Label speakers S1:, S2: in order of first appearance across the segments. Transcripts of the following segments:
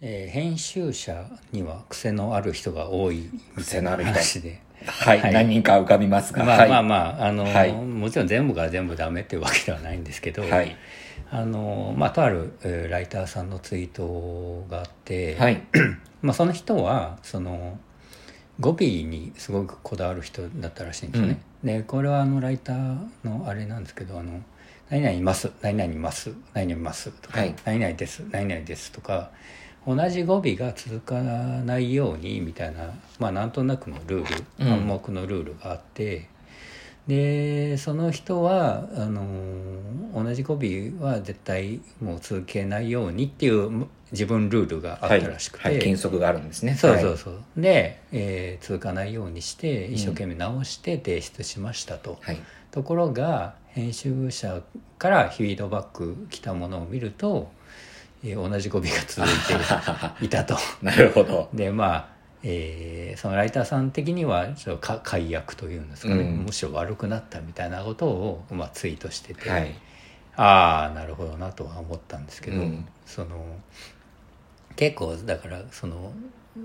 S1: えー編集者には癖のある人が多いみた
S2: 癖
S1: い
S2: の
S1: な
S2: ある人
S1: 話で。
S2: はい、
S1: はい
S2: 何人か浮かびますが、
S1: ま
S2: は
S1: あ
S2: い、
S1: まあまあ、あの、
S2: はい
S1: もちろん全部が全部ダメっていうわけではないんですけど、
S2: はい、
S1: あの、まあ、とある、えーライターさんのツイートがあって、
S2: はい、
S1: まあ、その人は、その、語尾にすごくこだわる人だったらしいんですよね。で、これはあの、ライターのあれなんですけど、あの、何々います、何々います、何々いますとか、
S2: はい
S1: 何々です、何々ですとか、同じ語尾が続かないようにみたいな、まあ、なんとなくのルール、
S2: うん
S1: 暗黙のルールがあって、でその人はあのー同じ語尾は絶対もう続けないようにっていうむ自分ルールがあったらしくて、
S2: はい、原則があるんですね。
S1: そうそう
S2: はい、
S1: そう、で、えー続かないようにして
S2: ん
S1: 一生懸命直して提出しましたと、
S2: はい、
S1: ところが編集者からフィードバック来たものを見ると、えー同じ語尾が続 いていたと。
S2: なるほど。
S1: でまあ、えーそのライターさん的にはちょっとか解約というんですかね、
S2: うん
S1: むしろ悪くなったみたいなことを、まあ、ツイートしてて、
S2: はい、
S1: ああなるほどなとは思ったんですけど、
S2: うん
S1: その結構だからその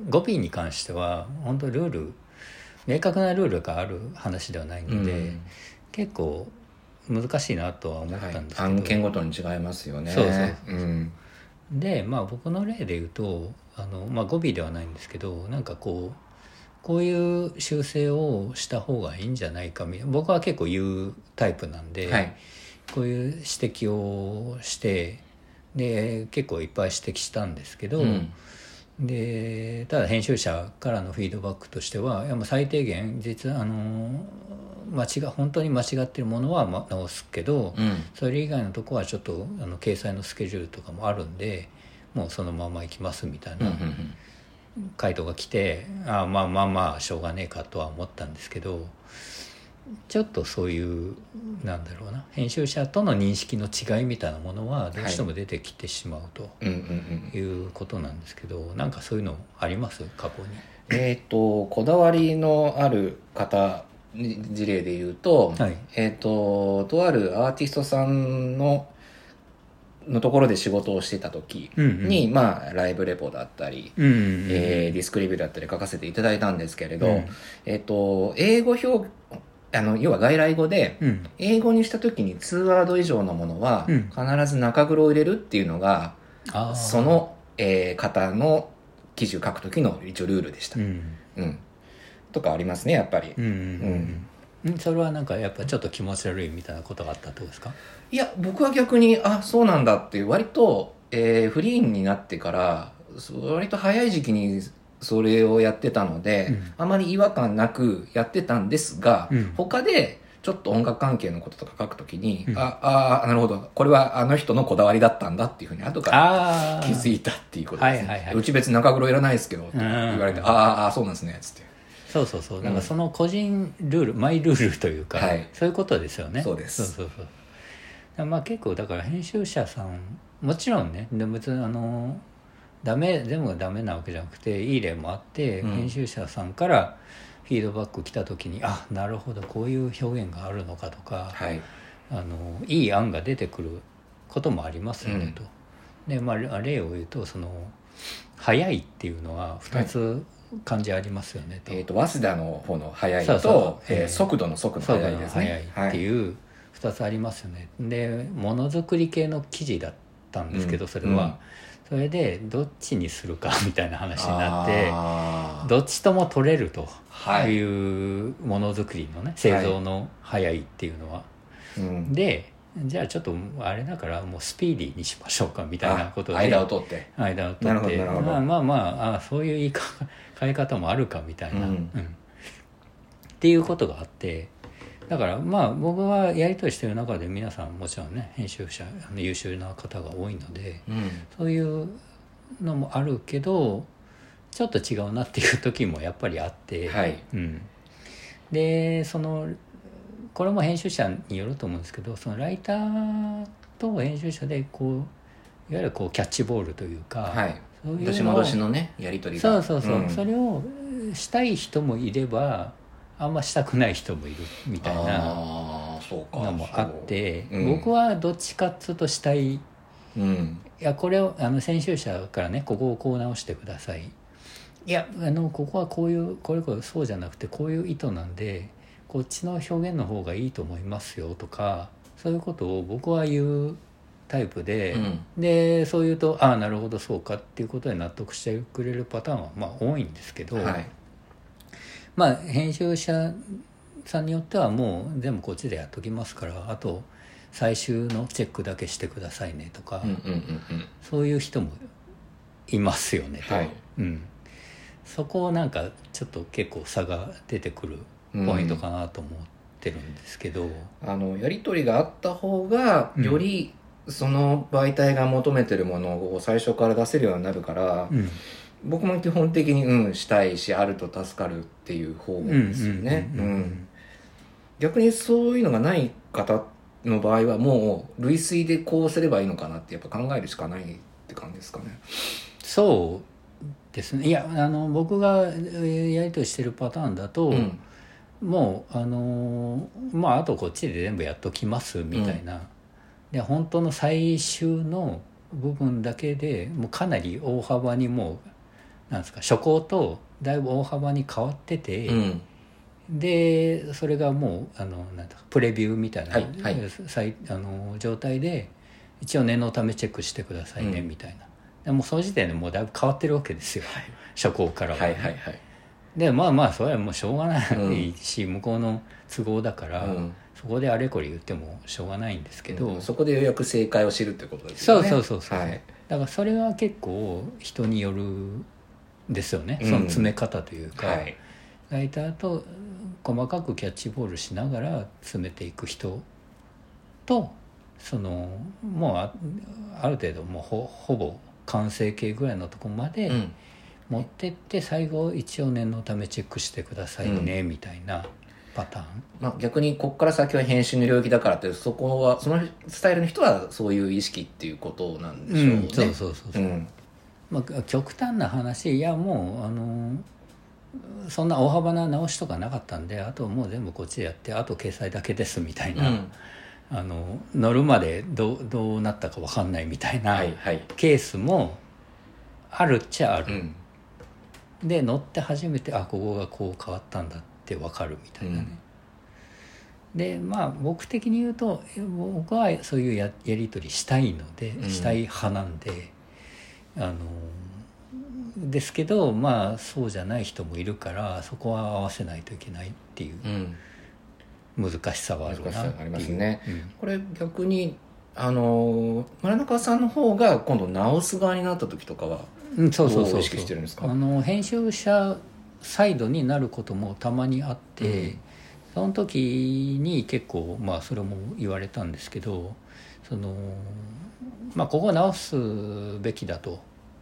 S1: 語尾に関しては本当ルール明確なルールがある話ではないので、
S2: うん
S1: 結構難しいなとは思っ
S2: は
S1: たん
S2: い
S1: ですけど、
S2: 案件ごとに違いますよね。
S1: そうそう
S2: うん、
S1: でまあ僕の例で言うとあの、まあ、語尾ではないんですけどなんかこうこういう修正をした方がいいんじゃないかみたいな僕は結構言うタイプなんで、
S2: はい、
S1: こういう指摘をしてで結構いっぱい指摘したんですけど、
S2: うん、
S1: でただ編集者からのフィードバックとしてはいやもう最低限実はあの間違本当に間違ってるものはま直すけど、
S2: うん、
S1: それ以外のとこはちょっとあの掲載のスケジュールとかもあるんでもうそのまま行きますみたい
S2: うん、
S1: な
S2: う
S1: ん回答が来て、ああまあまあまあしょうがねえかとは思ったんですけどちょっとそういうなんだろうな編集者との認識の違いみたいなものはどうしても出てきてしまうと
S2: うん、うん、うん。
S1: いうことなんですけど、なんかそういうのあります過去に。
S2: えっ、と、こだわりのある方に事例で言うと、
S1: はい
S2: えっ、と、とあるアーティストさんの、のところで仕事をしてた時に、まあ、ライブレポだったり、
S1: うんうんうん
S2: えーディスクリビューだったり書かせていただいたんですけれど、
S1: うん
S2: えっ、と、英語表、あの、要は外来語で、
S1: うん
S2: 英語にした時に2ワード以上のものは、
S1: うん
S2: 必ず中黒を入れるっていうのが、
S1: あー
S2: その、えー方の記事を書く時の一応ルールでした
S1: う。ん
S2: うん、とかありますねやっぱり、
S1: うんうんうんんそれはなんかやっぱちょっと気持ち悪いみたいなことがあったってことですか
S2: いや僕は逆にあそうなんだっていう割と、えーフリーになってからそ割と早い時期にそれをやってたので、
S1: うん
S2: あまり違和感なくやってたんですが、
S1: うん
S2: 他でちょっと音楽関係のこととか書くときに、
S1: うん
S2: ああーなるほどこれはあの人のこだわりだったんだっていうふうに後から
S1: ああ
S2: 気づいたっていうことですね、
S1: はいはいはいう
S2: ち別に中黒いらないですけどって言われて、
S1: うん
S2: あーあーそうなんですねっつって
S1: そうそうそう、
S2: ん
S1: なんかその個人ルールマイルールというか、
S2: はい
S1: そういうことですよね
S2: そうです
S1: そうそうそうだからまあ結構だから編集者さんもちろんねで別にあのダメ全部がダメなわけじゃなくていい例もあって、
S2: うん
S1: 編集者さんからフィードバック来た時にあなるほどこういう表現があるのかとか、
S2: はい
S1: あのいい案が出てくることもありますよね、
S2: うん
S1: と。でまあ、例を言うとその「早い」っていうのは2つ漢字ありますよね、と
S2: えー、と早稲田の方の速い
S1: そ
S2: と
S1: うそう
S2: えー
S1: えー
S2: 速度の速の
S1: そう
S2: 速
S1: だ
S2: い
S1: ね
S2: です
S1: 早い
S2: ね。
S1: って
S2: う、
S1: いう2つありますよね、でものづくり系の記事だったんですけど、
S2: うん
S1: それは、それでどっちにするかみたいな話になって
S2: あー
S1: どっちとも取れると
S2: はい
S1: いうものづくりのね製造の早いっていうのは、
S2: うん
S1: でじゃあちょっとあれだからもうスピーディーにしましょうかみたいなことで
S2: あ間を取って
S1: 間を
S2: な
S1: 取
S2: る
S1: っ
S2: ほど
S1: て
S2: なるほど
S1: まあまあまああそういう言いか変え方もあるかみたいな、
S2: うん
S1: っていうことがあってだからまあ僕はやり取りしてる中で皆さんもちろんね編集者あの優秀な方が多いのでそういうのもあるけどちょっと違うなっていう時もやっぱりあって。
S2: はい
S1: うん、でそのこれも編集者によると思うんですけどそのライターと編集者でこういわゆるこうキャッチボールというか、
S2: はい
S1: そういうのを
S2: どし戻しのねやり取り
S1: そ
S2: が
S1: うそうそう、
S2: ん
S1: それをしたい人もいればあんましたくない人もいるみたいな
S2: あーそうか
S1: のもあって、
S2: そううん
S1: 僕はどっちかっつうとしたい
S2: うん
S1: いやこれをあの編集者からねここをこう直してくださいいやあのここはこういうこれこれそうじゃなくてこういう意図なんでこっちの表現の方がいいと思いますよとかそういうことを僕は言うタイプで、
S2: うん
S1: でそう言うとああなるほどそうかっていうことで納得してくれるパターンはまあ多いんですけど、
S2: はい
S1: まあ編集者さんによってはもう全部こっちでやっときますからあと最終のチェックだけしてくださいねとか。
S2: うんうんうんうん
S1: そういう人もいますよねと、
S2: はい
S1: うん、そこをなんかちょっと結構差が出てくるポイントかなと思ってるんですけど、
S2: あのやり取りがあった方がよりその媒体が求めてるものを最初から出せるようになるから、
S1: うん
S2: 僕も基本的にうんしたいしあると助かるっていう方ですよね。
S1: うんうんうんうん
S2: うん逆にそういうのがない方の場合はもう類推でこうすればいいのかなってやっぱ考えるしかないって感じですかね。
S1: そうですねいやあの僕がえーやり取りしてるパターンだと、
S2: うん
S1: もうあのーまああとこっちで全部やっときますみたいな、で本当の最終の部分だけでもうかなり大幅にもうなんですか初行とだいぶ大幅に変わってて、
S2: うん
S1: でそれがもうあのなんだかプレビューみたいな、
S2: はいはい
S1: 最あの状態で一応念のためチェックしてくださいね、
S2: うん
S1: みたいなでもうその時点でもうだいぶ変わってるわけですよ、初行からは
S2: はいはいはい。
S1: でまあまあそれはもうしょうがない
S2: うん
S1: し、向こうの都合だから、
S2: うん
S1: そこであれこれ言ってもしょうがないんですけど、
S2: うん
S1: そ
S2: そこでようやく正解を知るってことですよ
S1: う
S2: ね。
S1: そうそうそう、
S2: はい
S1: だからそれは結構人によるんですよね、
S2: うん
S1: その詰め方というか、
S2: はい
S1: ライターと細かくキャッチボールしながら詰めていく人とそのもうあある程度もうほほぼ完成形ぐらいのとこまで、
S2: うん
S1: 持ってって最後一応念のためチェックしてくださいね、みたいなパターン
S2: まあ、逆にここから先は編集の領域だからってそこはそのスタイルの人はそういう意識っていうことなんでしょうね、
S1: そうそうそうそう、
S2: うん
S1: まあ、極端な話いやもうあのそんな大幅な直しとかなかったんであともう全部こっちでやってあと掲載だけですみたいな、
S2: うん
S1: あの乗るまでどうどうなったか分かんないみたいな
S2: はいはい、
S1: ケースもあるっちゃあ
S2: う
S1: る、
S2: ん、
S1: で乗って初めてあここがこう変わったんだって分かるみたいなね、でまあ僕的に言うとえ僕はそういうややり取りしたいので、
S2: うん
S1: したい派なんであのですけどまあそうじゃない人もいるからそこは合わせないといけないっていう
S2: うん、
S1: 難しさはあるな
S2: 難しさがありますね
S1: っていう
S2: これ逆にあのー村中さんの方が今度直す側になった時とかは
S1: うんうん、そうそうそうそう
S2: どう意識してるんですか
S1: あの編集者サイドになることもたまにあって、
S2: うん
S1: その時に結構まあそれも言われたんですけどそのまあここを直すべきだと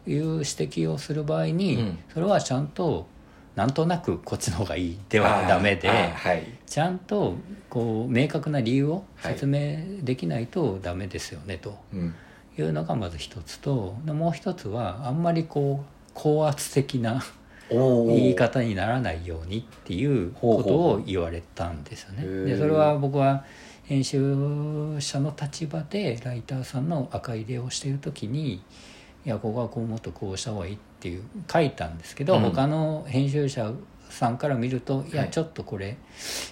S1: いう指摘をする場合に、
S2: うん
S1: それはちゃんとなんとなくこっちの方がいいではダメで
S2: あーあーはい
S1: ちゃんとこう明確な理由を
S2: はい
S1: 説明できないとダメですよねと。
S2: うん
S1: いうのがまず一つとでもう一つはあんまりこう高圧的な
S2: おー
S1: 言い方にならないようにっていうことを言われたんですよね。
S2: ほうほう
S1: でそれは僕は編集者の立場でライターさんの赤入れをしている時にいやここはこうもっとこうした方がいいっていう書いたんですけど、
S2: うん
S1: 他の編集者さんから見るといや
S2: はい
S1: ちょっとこれ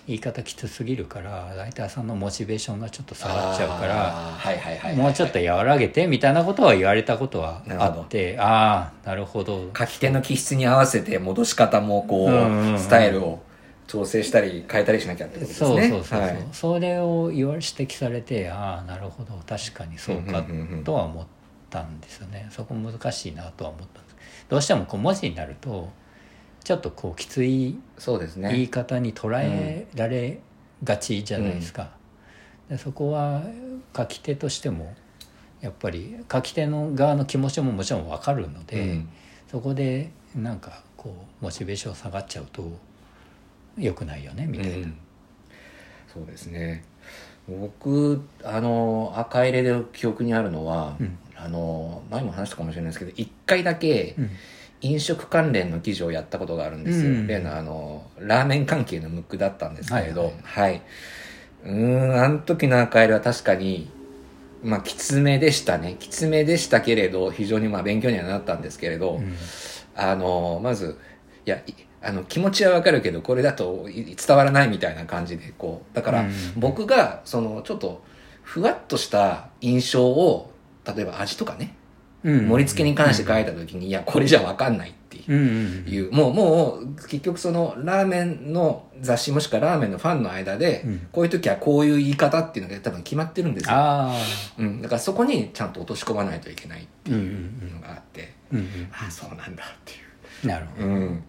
S1: 言い方きつすぎるからライターさんのモチベーションがちょっと下がっちゃうから。
S2: あーはいはいはいはい
S1: もうちょっと和らげてみたいなことは言われたことはあってああなるほど
S2: 書き手の気質に合わせて戻し方もこう,、
S1: うんうんうん
S2: スタイルを調整したり変えたりしなきゃってことですね
S1: そうそうそうそう、
S2: はい
S1: それを言わ指摘されてああなるほど確かにそうか
S2: うんうんうんうん
S1: とは思ったんですよねそこ難しいなとは思ったんですどうしてもこう文字になるとちょっとこうきつい
S2: そうですね
S1: 言い方に捉えられがちじゃないですか、でそこは書き手としてもやっぱり書き手の側の気持ちももちろん分かるので、
S2: うん
S1: そこでなんかこうモチベーション下がっちゃうと良くないよねみたいな、
S2: うんそうですね僕あの赤入れで記憶にあるのは、
S1: うん
S2: あの前も話したかもしれないですけど1回だけ
S1: うん
S2: 飲食関連の記事をやったことがあるんですよ、
S1: うん
S2: 例のあのラーメン関係のムックだったんですけれど
S1: は
S2: はいい、うーんあの時の赤入れは確かにまあ、きつめでしたね。きつめでしたけれど、非常にまあ勉強にはなったんですけれど、
S1: うん
S2: あの、まず、いや、いあの、気持ちはわかるけど、これだとい伝わらないみたいな感じで、こう、だから、
S1: うん
S2: 僕が、その、ちょっと、ふわっとした印象を、例えば味とかね、
S1: うん
S2: 盛り付けに関して書いた時に、いや、これじゃわかんないっていう。
S1: うんうん
S2: いう、もう、もう、結局その、ラーメンの雑誌もしくはラーメンのファンの間で、
S1: うん
S2: こういう時はこういう言い方っていうのが多分決まってるんですよ。
S1: ああ
S2: うん。だからそこにちゃんと落とし込まないといけないって
S1: うんうん
S2: いうのがあって、
S1: うんうん
S2: ああ、そうなんだって
S1: うんなるほど
S2: いう。うん。
S1: だ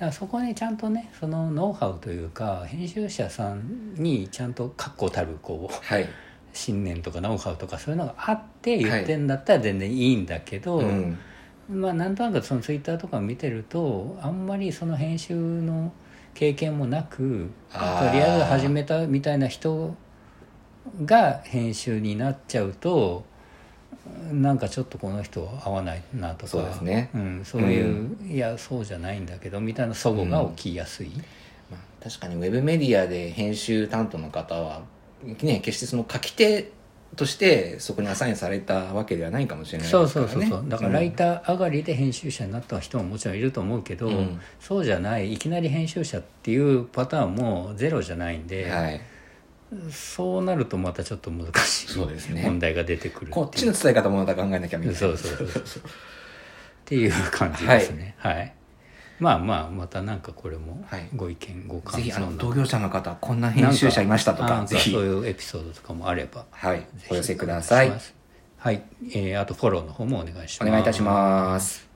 S1: からそこにちゃんとねそのノウハウというか編集者さんにちゃんと確固たるこう
S2: はい。
S1: 信念とかノウハウとかそういうのがあって
S2: い
S1: 言ってんだったら全然いいんだけど、
S2: うん。
S1: まあなんとなくそのツイッターとか見てるとあんまりその編集の経験もなくと
S2: あー
S1: りあえず始めたみたいな人が編集になっちゃうとなんかちょっとこの人は合わないなとか
S2: そうですね
S1: うん、そういう、いやそうじゃないんだけどみたいな齟齬が起きやすい。
S2: まあ、確かにウェブメディアで編集担当の方は、ね、決してその書き手としてそこにアサインされたわけではないかもしれないですか
S1: そ
S2: ら
S1: う
S2: ね。
S1: そうそうそうだからライ
S2: ト、
S1: ター上がりで編集者になった人ももちろんいると思うけど、
S2: うん
S1: そうじゃないいきなり編集者っていうパターンもゼロじゃないんで、
S2: はい。
S1: そうなるとまたちょっと難し
S2: そうです
S1: い
S2: ね
S1: 問題が出てくる
S2: こってち
S1: いう
S2: の伝え方もまた考えなきゃみたいな。
S1: そうそうそうそうっていう感じですねはい、まあまあまたなんかこれも
S2: はい
S1: ご意見ご感
S2: ぜひあ
S1: 想
S2: の
S1: な
S2: 同業者の方こんな編集者いましたと
S1: なん
S2: か
S1: なん
S2: ぜひ
S1: そういうエピソードとかもあれば
S2: はい
S1: ぜひ
S2: お寄せください
S1: お願しますはい、えーあとフォローの方もお願いします
S2: お願いいたします